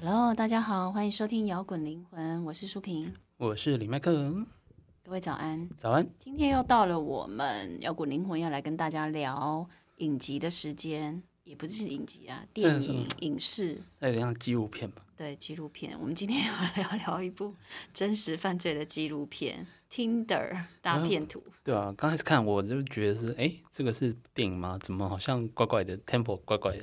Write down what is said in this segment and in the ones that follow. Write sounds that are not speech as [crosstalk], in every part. Hello，大家好，欢迎收听摇滚灵魂，我是舒萍，我是李麦克，各位早安。早安。今天又到了我们摇滚灵魂要来跟大家聊影集的时间，也不是影集啊，电这是什影么、影视，那有点像纪录片吧？对纪录片。我们今天要来聊一部 [laughs] 真实犯罪的纪录片《Tinder 大片图》 [laughs] 对啊，刚开始看我就觉得是，哎、这个是电影吗？怎么好像怪怪的，tempo 怪怪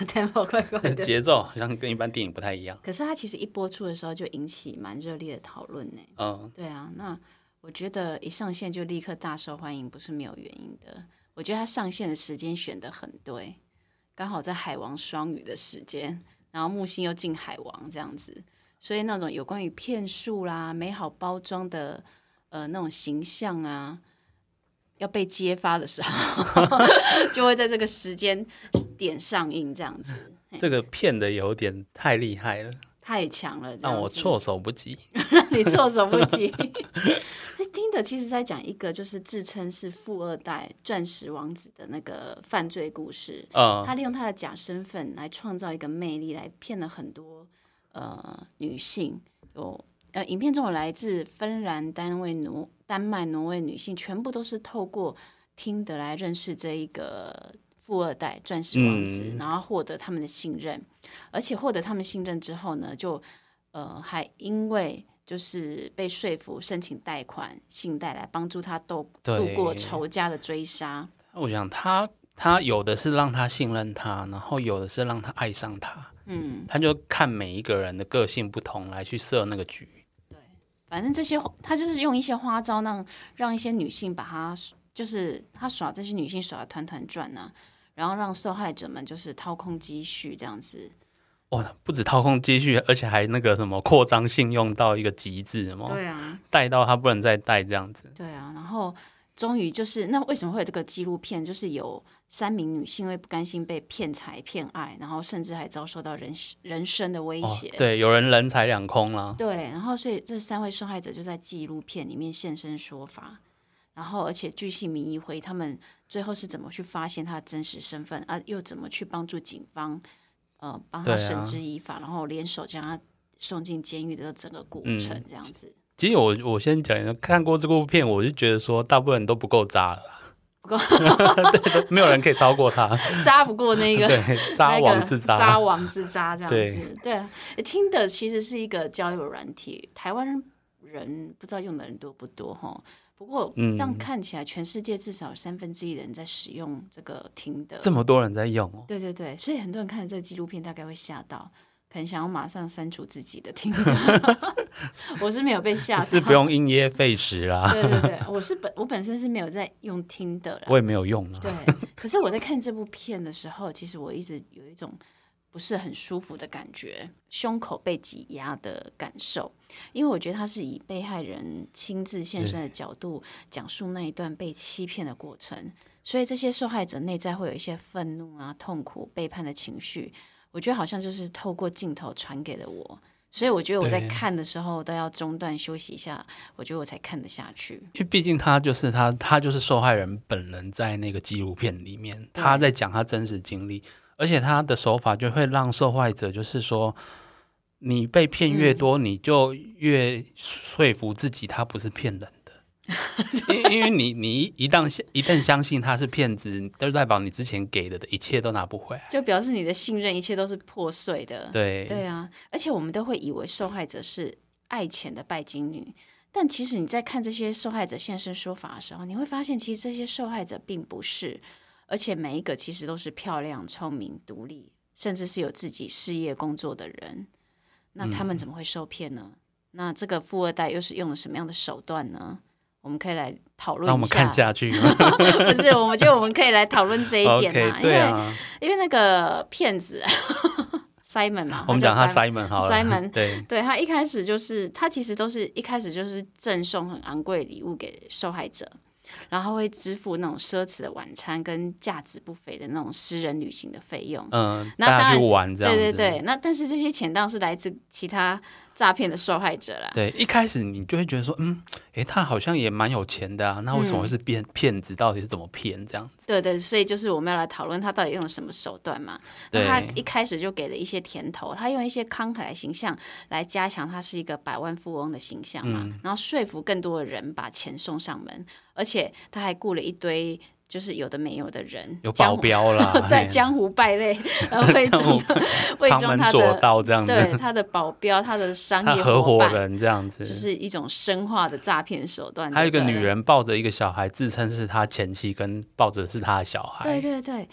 ，tempo 怪怪的，的。 [laughs] 节奏好像跟一般电影不太一样。可是它其实一播出的时候就引起蛮热烈的讨论呢。嗯，对啊，那我觉得一上线就立刻大受欢迎，不是没有原因的。我觉得它上线的时间选的很对，刚好在海王双语的时间，然后木星又进海王这样子，所以那种有关于骗术啦、美好包装的呃那种形象啊，要被揭发的时候， [laughs] 就会在这个时间点上映这样子。这个骗的有点太厉害了，太强了，这样让我子措手不及。你措手不及。听的其实在讲一个就是自称是富二代、钻石王子的那个犯罪故事。嗯，他利用他的假身份来创造一个魅力，来骗了很多呃女性。有呃，影片中有来自芬兰、单位挪、丹麦、挪威女性，全部都是透过听的来认识这一个富二代、钻石王子，嗯然后获得他们的信任。而且获得他们信任之后呢，就呃还因为就是被说服申请贷款、信贷来帮助他度度对过仇家的追杀。我想他他有的是让他信任他，然后有的是让他爱上他。嗯，他就看每一个人的个性不同来去设那个局。反正这些他就是用一些花招让让一些女性把他就是他耍这些女性耍的团团转呐、然后让受害者们就是掏空积蓄这样子。哇，不止掏空积蓄，而且还那个什么扩张信用到一个极致嘛。对啊，带到他不能再带这样子。对啊，然后。终于就是那为什么会有这个纪录片？就是有三名女性因为不甘心被骗财骗爱，然后甚至还遭受到人人身的威哦胁。，对，有人人财两空啦。对，然后所以这三位受害者就在纪录片里面现身说法，然后而且据信民意会，他们最后是怎么去发现他的真实身份啊，又怎么去帮助警方，呃，帮他对绳啊之以法，然后联手将他送进监狱的整个过嗯程，这样子其实我我先讲一下，看过这部片，我就觉得说大部分人都不够渣了啦，不够 [laughs] 对，都没有人可以超过 [laughs] 他。扎不过那个。对，渣那王个自渣。渣王自渣这样对子，对啊，听的其实是一个交友软体，台湾人不知道用的人多不多哈。不过这嗯样看起来，全世界至少有三分之一的人在使用这个听的，这么多人在用哦，对对对，所以很多人看了这个纪录片，大概会吓到，可能想要马上删除自己的听的。 [laughs] 我是没有被吓到，是不用因噎废食啦，啊 [laughs] 对啊对对，我是本我本身是没有在用听的啦，我也没有用啊啦。对， [laughs] 可是我在看这部片的时候，其实我一直有一种不是很舒服的感觉，胸口被挤压的感受，因为我觉得他是以被害人亲自现身的角度讲述那一段被欺骗的过程，所以这些受害者内在会有一些愤怒啊、痛苦、背叛的情绪，我觉得好像就是透过镜头传给了我。所以我觉得我在对看的时候都要中断休息一下，我觉得我才看得下去。因为毕竟他就是他，他就是受害人本人在那个纪录片里面，对他在讲他真实经历，而且他的手法就会让受害者就是说，你被骗越多，嗯你就越说服自己他不是骗人的， [laughs] 因为因为你你一一旦一旦相信他是骗子，就代表你之前给的的一切都拿不回来。就表示你的信任一切都是破碎的。对对啊，而且我们都会以为受害者是爱钱的拜金女，但其实你在看这些受害者现身说法的时候，你会发现，其实这些受害者并不是，而且每一个其实都是漂亮、聪明、独立，甚至是有自己事业工作的人。那他们嗯怎么会受骗呢？那这个富二代又是用了什么样的手段呢？我们可以来讨论一下。让我们看下 [laughs] 去。不是，我们觉得我们可以来讨论这一 [laughs] 点 OK，因对为 [laughs] 啊，因为那个骗子 [laughs] Simon 嘛，我们讲他叫 Simon 好了 [laughs] Simon 对，对他一开始就是他其实都是一开始就是赠送很昂贵的礼物给受害者，然后会支付那种奢侈的晚餐跟价值不菲的那种私人旅行的费用。嗯，那带当他然去玩这样对子，对对，那但是这些钱当然是来自其他诈骗的受害者啦。对，一开始你就会觉得说，嗯，诶，他好像也蛮有钱的啊，那为什嗯么会是骗骗子？到底是怎么骗这样？对对，所以就是我们要来讨论他到底用了什么手段嘛。那对他一开始就给了一些甜头，他用一些慷慨的形象来加强他是一个百万富翁的形象嘛，嗯然后说服更多的人把钱送上门，而且他还雇了一堆就是有的没有的人，有江保湖，镖哎啦 [laughs] 在嘿江湖败类，然 [laughs] 后伪装的伪帮 [laughs] 装门他左的道这样子，对他的保镖、他的商他业合伙伴，人这样子，就是一种生化的诈骗手段。还有一个对不女对，人抱着一个小孩，自称是她前妻，跟抱着是她的小孩。对对对，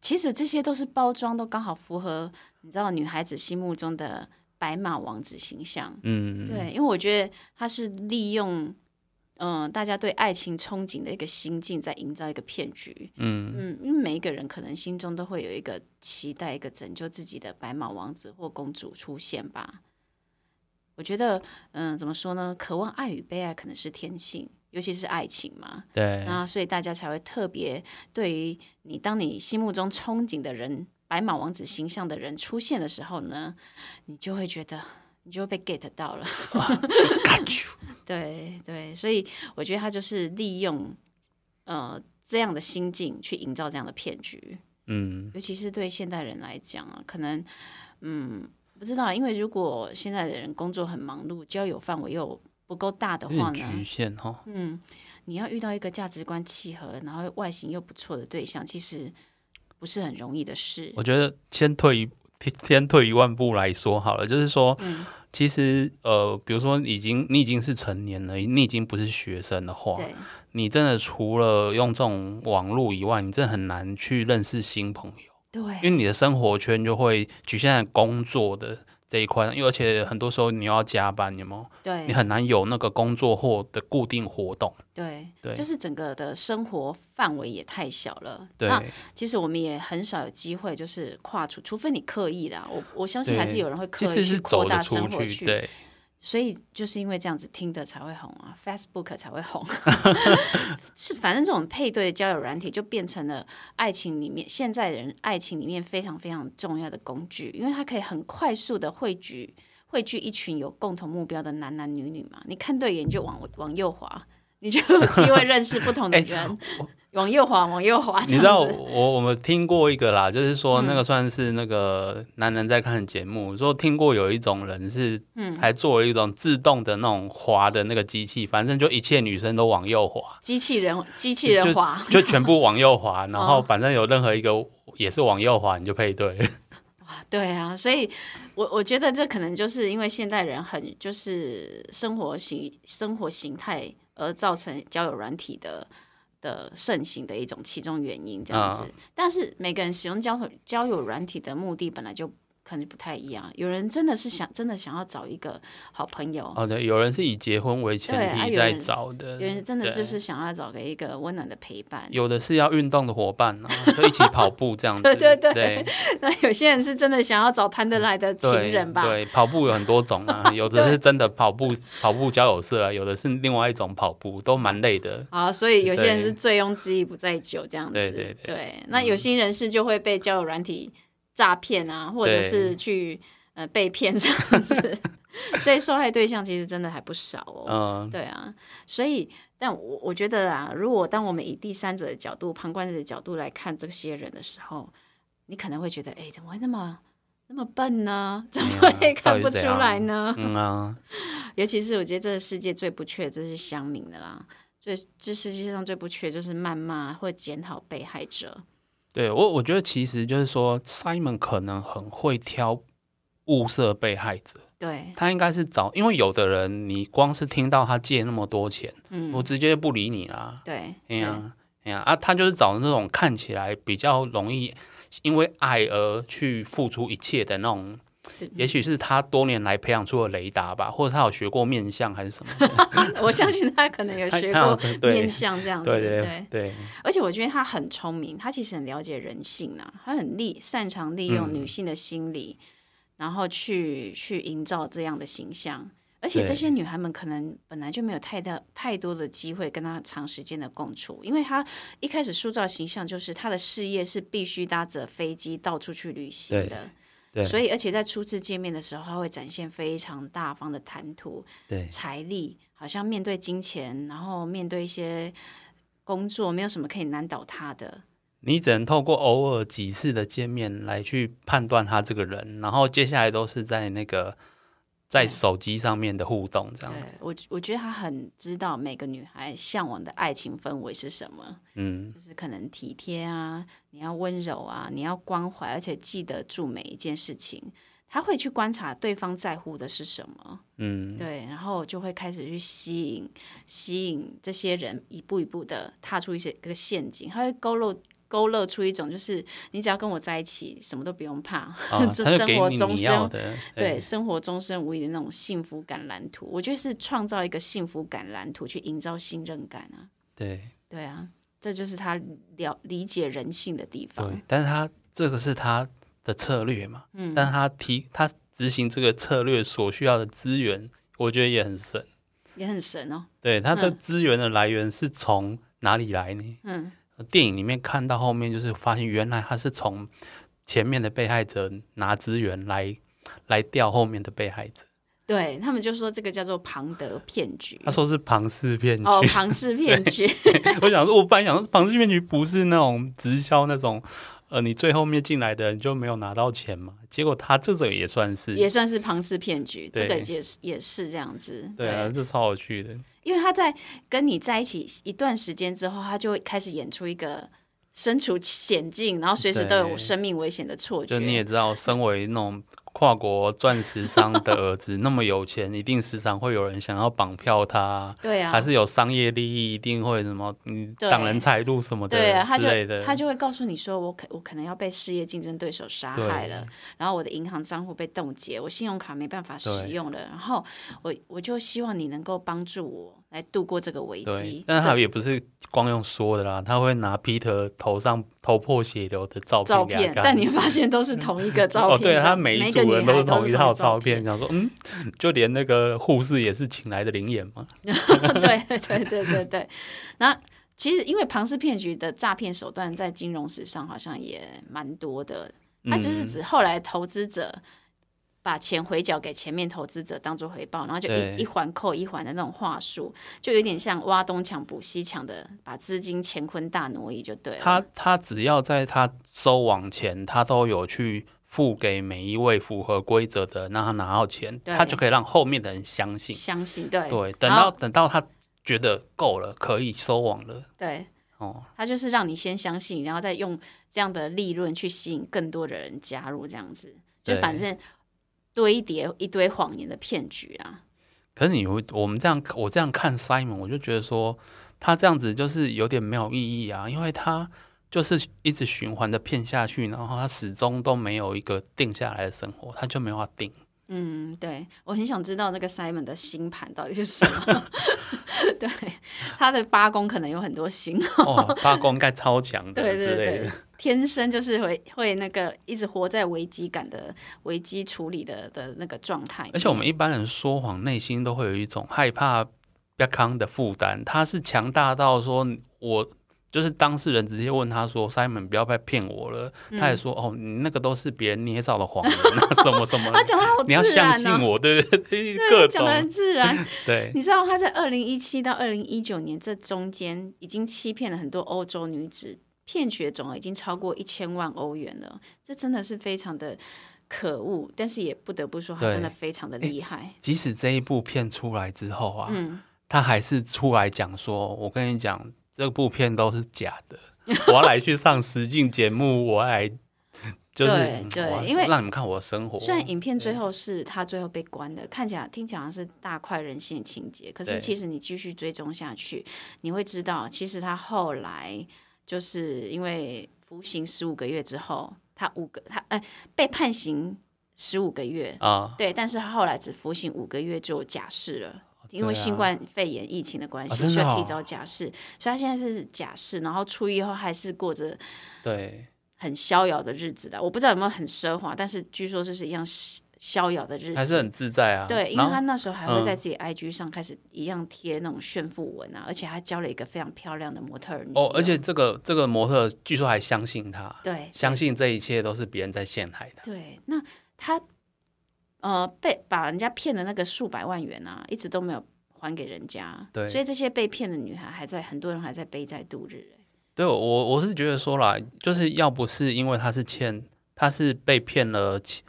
其实这些都是包装，都刚好符合你知道女孩子心目中的白马王子形象。嗯，对，因为我觉得他是利用。嗯，大家对爱情憧憬的一个心境，在营造一个骗局。嗯嗯，因为每一个人可能心中都会有一个期待，一个拯救自己的白马王子或公主出现吧。我觉得，嗯，怎么说呢？渴望爱与被爱可能是天性，尤其是爱情嘛。对，那所以大家才会特别对于你，当你心目中憧憬的人，白马王子形象的人出现的时候呢，你就会觉得你就会被 get 到了。 [laughs] 嘎啾对对，所以我觉得他就是利用呃这样的心境去营造这样的骗局，嗯，尤其是对现代人来讲啊，可能嗯不知道，因为如果现在的人工作很忙碌，交友范围又不够大的有话点呢，局限哦。嗯，你要遇到一个价值观契合，然后外形又不错的对象，其实不是很容易的事。我觉得先退一先退一万步来说好了，就是说，嗯其实呃，比如说已经你已经是成年了，你已经不是学生的话，对你真的除了用这种网络以外，你真的很难去认识新朋友。因为对你的生活圈就会局限在工作的这一块，因为而且很多时候你又要加班，有没有？你对很难有那个工作或的固定活动。对对就是整个的生活范围也太小了。对那其实我们也很少有机会就是跨出，除非你刻意啦。我我相信还是对有人会其刻意实去是扩走大得生出活去，对，所以就是因为这样子，听的才会红啊，Facebook 才会 [laughs] 红，是反正这种配对的交友软体就变成了爱情里面现在人爱情里面非常非常重要的工具，因为它可以很快速的汇聚汇聚一群有共同目标的男男女女嘛，你看对眼你就往往右滑，你就有机会认识不 [laughs] 同的人，往右滑，往右滑，哎你知道啊这样子嗯我我们听过一个啦，就是说那个算是那个男人在看的节目，说听过有一种人是，嗯还做了一种自动的那种滑的那个机器，反正就一切女生都往右滑，机器人机器人就滑，就全部往右滑，然哦后反正有任何一个也是往右滑，你就配对。对啊，所以我我觉得这可能就是因为现代人很就是生活形生活形态而造成交友软体的的盛行的一种其中原因这啊样子。但是每个人使用交友交友软体的目的本来就可能不太一样，有人真的是想真的想要找一个好朋友， [laughs] 哦，对，有人是以结婚为对前啊提有在人找的，有人真的对就是想要找个一个温暖的陪伴。有的是要运动的伙伴啊，就一起跑步这样子。 [laughs] 对对对对 [laughs] 那有些人是真的想要找谈得来的情对人吧？嗯对，跑步有很多种 [laughs] 啊，有的对是真的跑步跑步交友社啊，有的是另外一种跑步，都蛮累的。啊，所以有些人对是醉翁之意不在酒这样子，对对对那有心人士就会被交友软体诈骗啊，或者对是去呃被骗这样子， [laughs] 所以受害对象其实真的还不少哦。嗯，对啊，所以，但我我觉得啊，如果当我们以第三者的角度、旁观者的角度来看这些人的时候，你可能会觉得，哎，怎么会那么那么笨呢？怎对么会啊到看底不怎出样来呢？嗯啊，尤其是我觉得这个世界最不缺的就是乡民的啦，最这世界上最不缺就是谩骂或检讨被害者。对我我觉得其实就是说，Simon 可能很会挑物色被害者，对，他应该是找，因为有的人你光是听到他借那么多钱，嗯，我直接就不理你啦。对，哎呀，哎呀啊，他就是找那种看起来比较容易因为爱而去付出一切的那种对。也许是他多年来培养出的雷达吧，或者他有学过面相还是什么的对 [laughs] 我相信他可能有他学他有过对面相这样子，对对对，而且我觉得他很聪明，他其实很了解人性啊，他很利擅长利用嗯女性的心理，然后去去营造这样的形象。而且对这些女孩们可能本来就没有太大太多的机会跟他长时间的共处，因为他一开始塑造形象就是他的事业是必须搭着飞机到处去旅行的，对所以而且在初次见面的时候，他会展现非常大方的谈吐、对财力，好像面对金钱，然后面对一些工作，没有什么可以难倒他的。你只能透过偶尔几次的见面来去判断他这个人，然后接下来都是在那个在手机上面的互动这对样子。我，我觉得他很知道每个女孩向往的爱情氛围是什么，嗯，就是可能体贴啊，你要温柔啊，你要关怀，而且记得住每一件事情。他会去观察对方在乎的是什么， [laughs] 嗯，对，然后就会开始去吸引吸引这些人，一步一步的踏出一些一个陷阱，他会勾勒勾勒出一种就是你只要跟我在一起，什么都不用怕，啊，这他就生给活你终你要身的，对生活终身无疑的那种幸福感蓝图，我觉得是创造一个幸福感蓝图去营造信任感啊，对对啊，这就是他了理解人性的地方对，，但是他这个是他的策略嘛，嗯但是他提他执行这个策略所需要的资源，我觉得也很神。也很神哦，对，他的嗯资源的来源是从哪里来呢？嗯，电影里面看到后面，就是发现原来他是从前面的被害者拿资源来来调后面的被害者。对他们就说这个叫做庞德骗局。他说是庞氏骗局，哦， [laughs] 庞氏骗局，我想说，我本来想说庞氏骗局不是那种直销那种，呃，你最后面进来的人就没有拿到钱嘛。结果他这个也算是，也算是庞氏骗局，对这个也是也是这样子。对啊，这超有趣的。因为他在跟你在一起一段时间之后，他就会开始演出一个身处险境，然后随时都有对生命危险的错就觉。你也知道，身为那种跨国钻石商的儿子， [laughs] 那么有钱，一定时常会有人想要绑票他，对啊，还是有商业利益，一定会什么嗯对挡人财路什么的对啊，他之就类的。他就会告诉你说，我可我可能要被事业竞争对手杀害了，然后我的银行账户被冻结，我信用卡没办法使对用了，然后我我就希望你能够帮助我来度过这个危对机，。但是他对也不是光用说的啦，他会拿 Peter 头上头破血流的照照片给片他，看。但你 [laughs] 发现都是同一个照片。哦，对，他每每一个组女人都孩是同是一同套照照片，。想说嗯，就连那个护士也是请来的灵眼嘛。 [laughs] 对 [laughs] 对对对对。那其实因为庞氏骗局的诈骗手段在金融史上好像也蛮多的，它嗯就是指后来投资者。把钱回缴给前面投资者当做回报，然后就对一一环扣一环的那种话术，就有点像挖东墙补西墙的，把资金乾坤大挪移就对了。他他只要在他收网前，他都有去付给每一位符合规则的，让他拿到钱，对他就可以让后面的人相信。相信对对，等然后到等到他觉得够了，可以收网了，对哦，他就是让你先相信，然后再用这样的利润去吸引更多的人加入，这样子就对反正堆叠一堆谎言的骗局啊。可是你会，我们这样，我这样看 Simon，我就觉得说他这样子就是有点没有意义啊，因为他就是一直循环的骗下去，然后他始终都没有一个定下来的生活，他就没有法 [laughs] 定。嗯，对，我很想知道那个 Simon 的星盘到底是什么。 [laughs] 对，他的八宫可能有很多星， [laughs] 哦，八公应该超强的对之对类的对。，天生就是会会那个一直活在危机感的危机处理的的那个状态里面。而且我们一般人说谎，内心都会有一种害怕不康的负担，他是强大到说我。就是当事人直接问他说：“Simon，不要再骗我了。嗯他也说：“哦，你那个都是别人捏造的谎言，什么什么的。他讲的 [laughs] 好你要自相然信哦，我，对对对，各对，讲的很种自然。对，你知道他在二零一七到二零一九年这中间，已经欺骗了很多欧洲女子，骗取的总额已经超过一千万欧元了，这真的是非常的可恶。但是也不得不说，他对真的非常的厉害。即使这一部片出来之后啊，嗯，他还是出来讲说：“我跟你讲，这部片都是假的，我要来去上实境节目，我要来就是 [laughs] 对嗯对我要因为让你们看我的生活。”虽然影片最后是他最后被关的，看起来听起来好像是大快人心的情节，可是对其实你继续追踪下去，你会知道，其实他后来就是因为服刑十五个月之后，他五个他哎、被判刑十五个月，啊，对，但是他后来只服刑五个月就假释了。因为对啊新冠肺炎疫情的关系，啊真的所以哦提早假释，所以他现在是假释，然后出狱后还是过着对很逍遥的日子的。我不知道有没有很奢华，但是据说就是一样逍逍遥的日子，还是很自在啊。对，因然为后他那时候还会嗯在自己 IG 上开始一样贴那种炫富文啊，而且还交了一个非常漂亮的模特儿女哦，而且友这个这个模特据说还相信他，对相信这一切都是别人在陷害他。对，那他呃被把人家骗的那个数百万元啊，一直都没有还给人家，对所以这些被骗的女孩还在很多人还在背债度日、欸对我我我是觉得说啦，就是要不是因为他是欠，他是被骗了七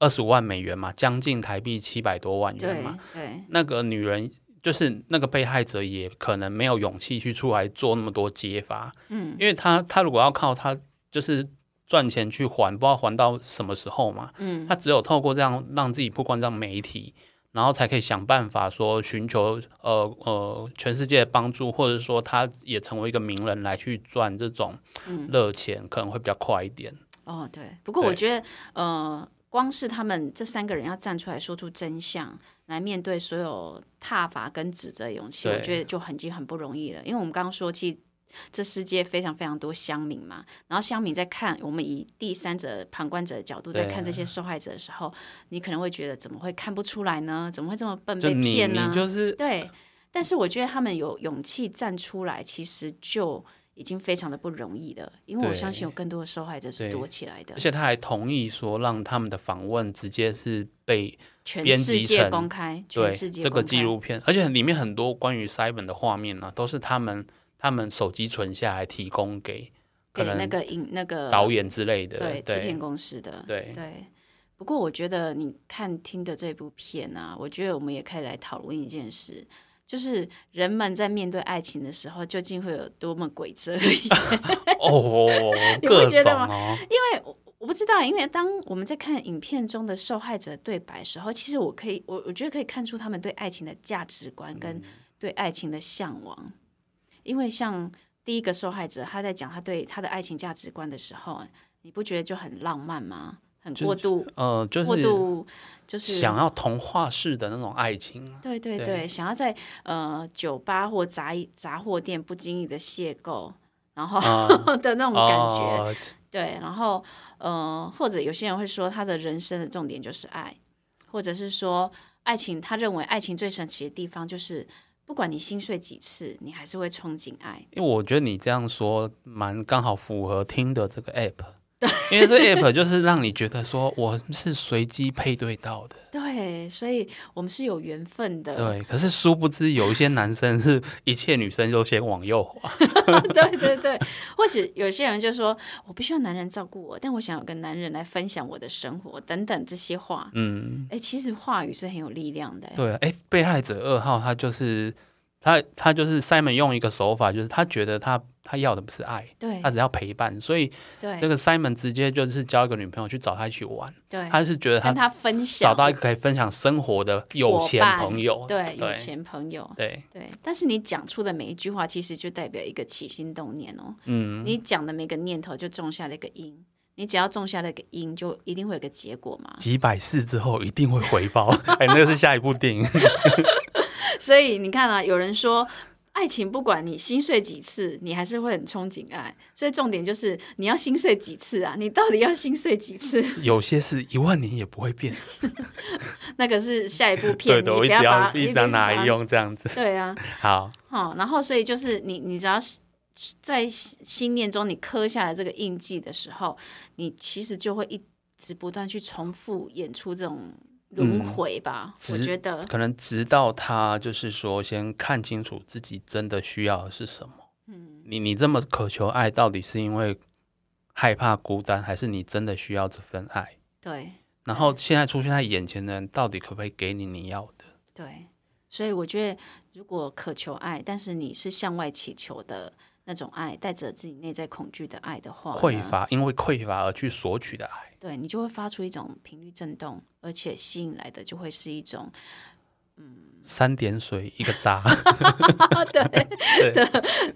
二十五万美元嘛，将近台币七百多万元对嘛，对那个女人。就是那个被害者也可能没有勇气去出来做那么多揭发，嗯，因为他他如果要靠他就是赚钱去还，不知道还到什么时候嘛，嗯，他只有透过这样让自己曝光让媒体，然后才可以想办法说寻求呃呃全世界的帮助，或者说他也成为一个名人来去赚这种嗯热钱，可能会比较快一点。哦，对。不过对我觉得，呃，光是他们这三个人要站出来说出真相，来面对所有挞伐跟指责的勇气，对我觉得就很已经很不容易了。因为我们刚刚说，其实这世界非常非常多乡民嘛，然后乡民在看我们以第三者、旁观者的角度在对看这些受害者的时候，你可能会觉得怎么会看不出来呢？怎么会这么笨就被你骗啊呢？你就是对，但是我觉得他们有勇气站出来，其实就已经非常的不容易了。因为我对相信有更多的受害者是对躲起来的而，且他还同意说让他们的访问直接是被全编世辑界成公开，全对世界这个公纪开，录片，而且里面很多关于 Simon 的画面呢、啊，都是他们他们手机存下来提供给可给那能个影那个导演之类的，对制对片公司的对不过我觉得你看听的这部片啊，我觉得我们也可以来讨论一件事。就是人们在面对爱情的时候，究竟会有多么鬼遮眼？哦， [laughs] 你各不种觉得吗哦，我不知道，因为当我们在看影片中的受害者对白的时候，其实我可以，我我觉得可以看出他们对爱情的价值观嗯跟对爱情的向往。因为像第一个受害者，他在讲他对他的爱情价值观的时候，你不觉得就很浪漫吗？很过度，呃，就过是度就是想要童话式的那种爱情啊，对对对对，想要在呃酒吧或杂杂货店不经意的邂逅，然后、的那种感觉。啊哦对，然后呃，或者有些人会说他的人生的重点就是爱，或者是说爱情，他认为爱情最神奇的地方就是，不管你心碎几次，你还是会憧憬爱。因为我觉得你这样说蛮刚好符合听的这个 app，因为这 app 就是让你觉得说我是随机配对到的，对，所以我们是有缘分的。对。可是殊不知有一些男生是一切女生都先往右滑， [laughs] 对对对，或许有些人就说我不需要男人照顾我，但我想有个男人来分享我的生活等等这些话。嗯，哎，其实话语是很有力量的诶。对啊，哎，被害者二号他就是他他就是 Simon 用一个手法，就是他觉得他他要的不是爱，对他只要陪伴，所以对这个 Simon 直接就是交一个女朋友去找他一起玩，对，他是觉得他跟他分啊享找到一个可以分享生活的有钱朋友，对有对钱朋友。对，对，但是你讲出的每一句话，其实就代表一个起心动念哦。嗯，你讲的每个念头，就种下了一个因。你只要种下了一个因，就一定会有个结果嘛。 [laughs] 几百次之后一定会回报， [laughs] 哎，那个是下一部电影， [laughs] 所以你看啊，有人说。爱情不管你心碎几次，你还是会很憧憬爱。所以重点就是你要心碎几次啊？你到底要心碎几次？ [laughs] 有些事一万年也不会变，那个是下一部 [laughs] 对片，你的，不我一直要把要它一直要拿把来它用这样子，对啊，好，好、然后所以就是你，你只要是在心心念中你刻下来这个印记的时候，你其实就会一直不断去重复演出这种轮回吧。只我觉得，可能直到他就是说先看清楚自己真的需要的是什么，嗯，你你这么渴求爱，到底是因为害怕孤单，还是你真的需要这份爱？对然后现在出现在眼前的人，到底可不可以给你你要的？对，所以我觉得，如果渴求爱，但是你是向外祈求的那种爱，带着自己内在恐惧的爱的话呢，匮乏，因为匮乏而去索取的爱，对你就会发出一种频率震动，而且吸引来的就会是一种三点水一个渣。，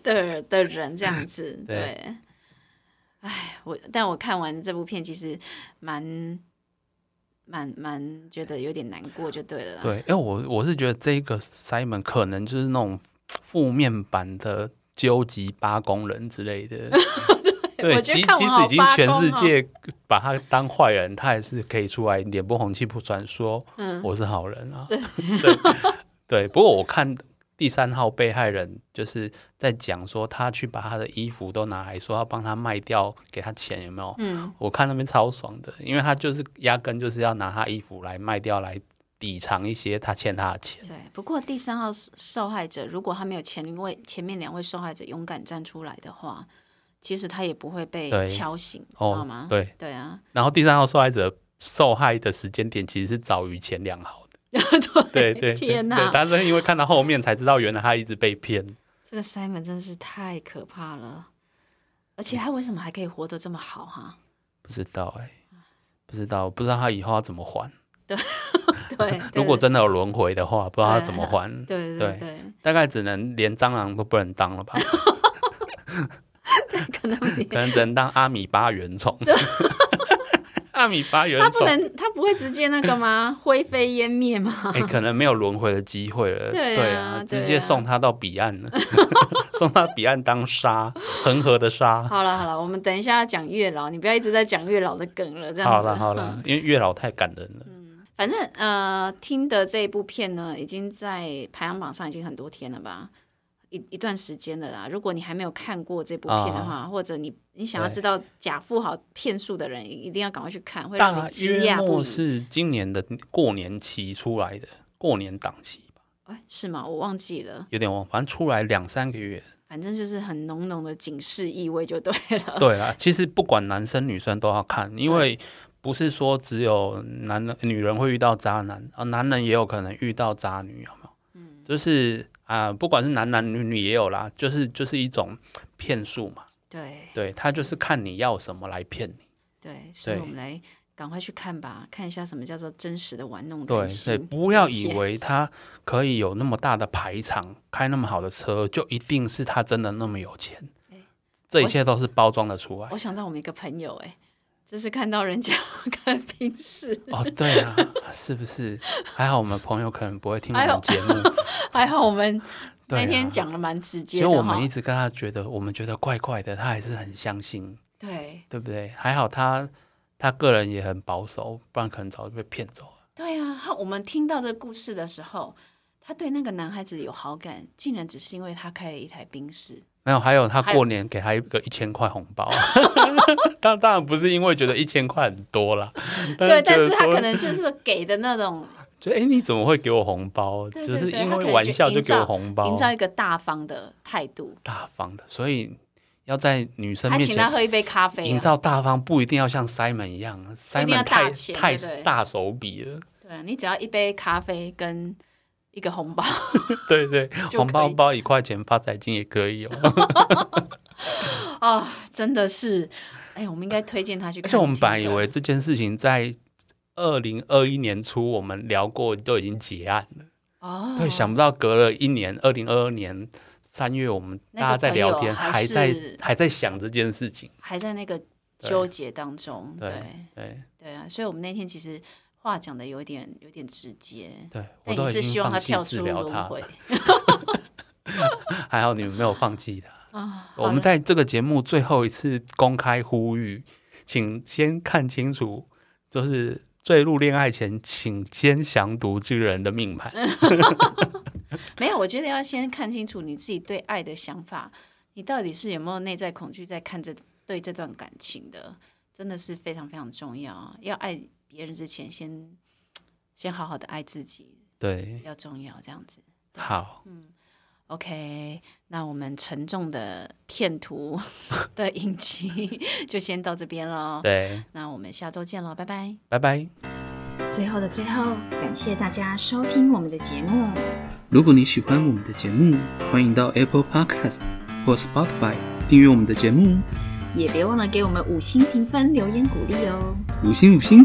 的的人这样子 [laughs] 对。哎，我但我看完这部片，其实蛮蛮蛮觉得有点难过，就对了啦。对，因为我我是觉得这个 Simon 可能就是 [laughs] 那种负面版的究极八公人之类的。对，我觉即得看即我使好已经八全公世哦界把他当坏人，他还是可以出来脸不红气不喘说，嗯我是好人啊。对 [laughs] 对，不过我看第三号被害人就是在讲说，他去把他的衣服都拿来说要帮他卖掉，给他钱，有没有？嗯，我看那边超爽的，因为他就是压根就是要拿他衣服来卖掉，来抵偿一些他欠他的钱。对。不过第三号受害者，如果他没有前一位前面两位受害者勇敢站出来的话，其实他也不会被对敲醒，知道哦吗，？对。对啊， [laughs] [laughs] 然后第三号受害者受害的时间点其实是早于前两号的。对对，[laughs] 对天对，哪，但是因为看到后面才知道，原来他一直被骗。这个 Simon 真的是太可怕了。而且他为什么还可以活得这么好哈、 [laughs] 不知道哎、不知道，不知道他以后要怎么还。对，如果真的有轮回的话，不知道他怎么还，对对对对，大概只能连蟑螂都不能当 [laughs] 了吧，可能比可能只能当阿米巴原虫。 [laughs] 阿米巴原 [laughs] 他不虫，能，他不会直接那 [laughs] 个吗？灰飞烟灭吗？ [laughs] 哎、可能没有轮回的机会了。对啊对直接啊送他到彼岸了， [laughs] 送他彼岸当沙，恒河的沙。好了好了，我们等一下要讲月老，你不要一直在讲月老的梗了，这样子。嗯好了好了，因为月老太感人了。反正呃，听的这一部片呢，已经在排行榜上已经很多天了吧，一一段时间了啦。如果你还没有看过这部片的啊话，或者你你想要对知道假富豪骗术的人，一定要赶快去看，会让大你惊约讶莫不已。是今年的过年期出来的，过年档期吧，哎，是吗？我忘记了，有点忘，反正出来两三个月。反正就是很浓浓的警示意味就对了。 [laughs] 对啦，其实不管男生女生都要看，因为不是说只有男人女人会遇到渣男啊，男人也有可能遇到渣女，有没有？嗯，就是啊、不管是男男女女也有啦，就是就是一种骗术嘛。对对他就是看你要什么来骗你。对，所以对我们来赶快去看吧，看一下什么叫做真实的玩弄对，人所以心。不要理以解为他可以有那么大的排场，开那么好的车，就一定是他真的那么有钱。这一切都是包装的出来哎我想到我们一个朋友、哎，就是看到人家 [laughs] 看冰室，哦，对啊，是不是？还好我们朋友可能不会听我还们好节目，还好我们 [laughs] 对啊那天讲的蛮直其接实的我哈们一直跟他觉得，我们觉得怪怪的，他还是很相信，对对不对？还好他他个人也很保守，不然可能早就被骗走了。对啊，他我们听到这个故事的时候，他对那个男孩子有好感，竟然只是因为他开了一台冰室。没有，还有他还过年给他一个一千块红包， [laughs] 当当然不是因为觉得一千块很多 [laughs] 啦， [laughs] 对，觉但得是他嗯说可能就是给的 [laughs] 那种，就哎、诶你怎么会给我红包？对只对是对因他可为能玩就笑就营给我造红营包，造一个大方的态度，大方的，所以要在女生还面请他前喝一杯咖啡、营啊。造大方，不一定要像 Simon 一样一定，Simon 要大太钱太对不对大手笔了，对啊你只要一杯咖啡跟一个红包， [laughs] 对对，就红包可以包一块钱发财金也可以哦。 [laughs] 啊、 [laughs] 真的是，哎，我们应该推荐他去而看。且我们本来以为，这件事情在二零二一年初我们聊过，就已经结案了。哦，对，想不到隔了一年，二零二二年三月，我们那大家个在朋聊友天，还还在是还在想这件事情。还在那个对纠结当中，对对对对啊，所以我们那天其实话讲的有点有点直接，对，我但都也已是希经望放他弃跳治出疗轮他，回还好你们没有放弃他。啊。我 [laughs] 好们了在这个节目最后一次公开呼吁，请先看清楚，就是坠入恋爱前，请先详读这个人的命盘。没有，我觉得要先看清楚你自己对爱的想法，你到底是有没有内在恐惧在看这对这段感情的，真的是非常非常重要啊。要爱别人之前先，先好好的爱自己对比，较重要，这样子。好，嗯 OK，那我们沉重的片图的影集就先到这边了，对，那我们下周见了，拜拜。拜拜。最后的最后，感谢大家收听我们的节目。如果你喜欢我们的节目，欢迎到 Apple Podcast 或 Spotify 订阅我们的节目，也别忘了给我们五星评分、留言鼓励哦。五星五星。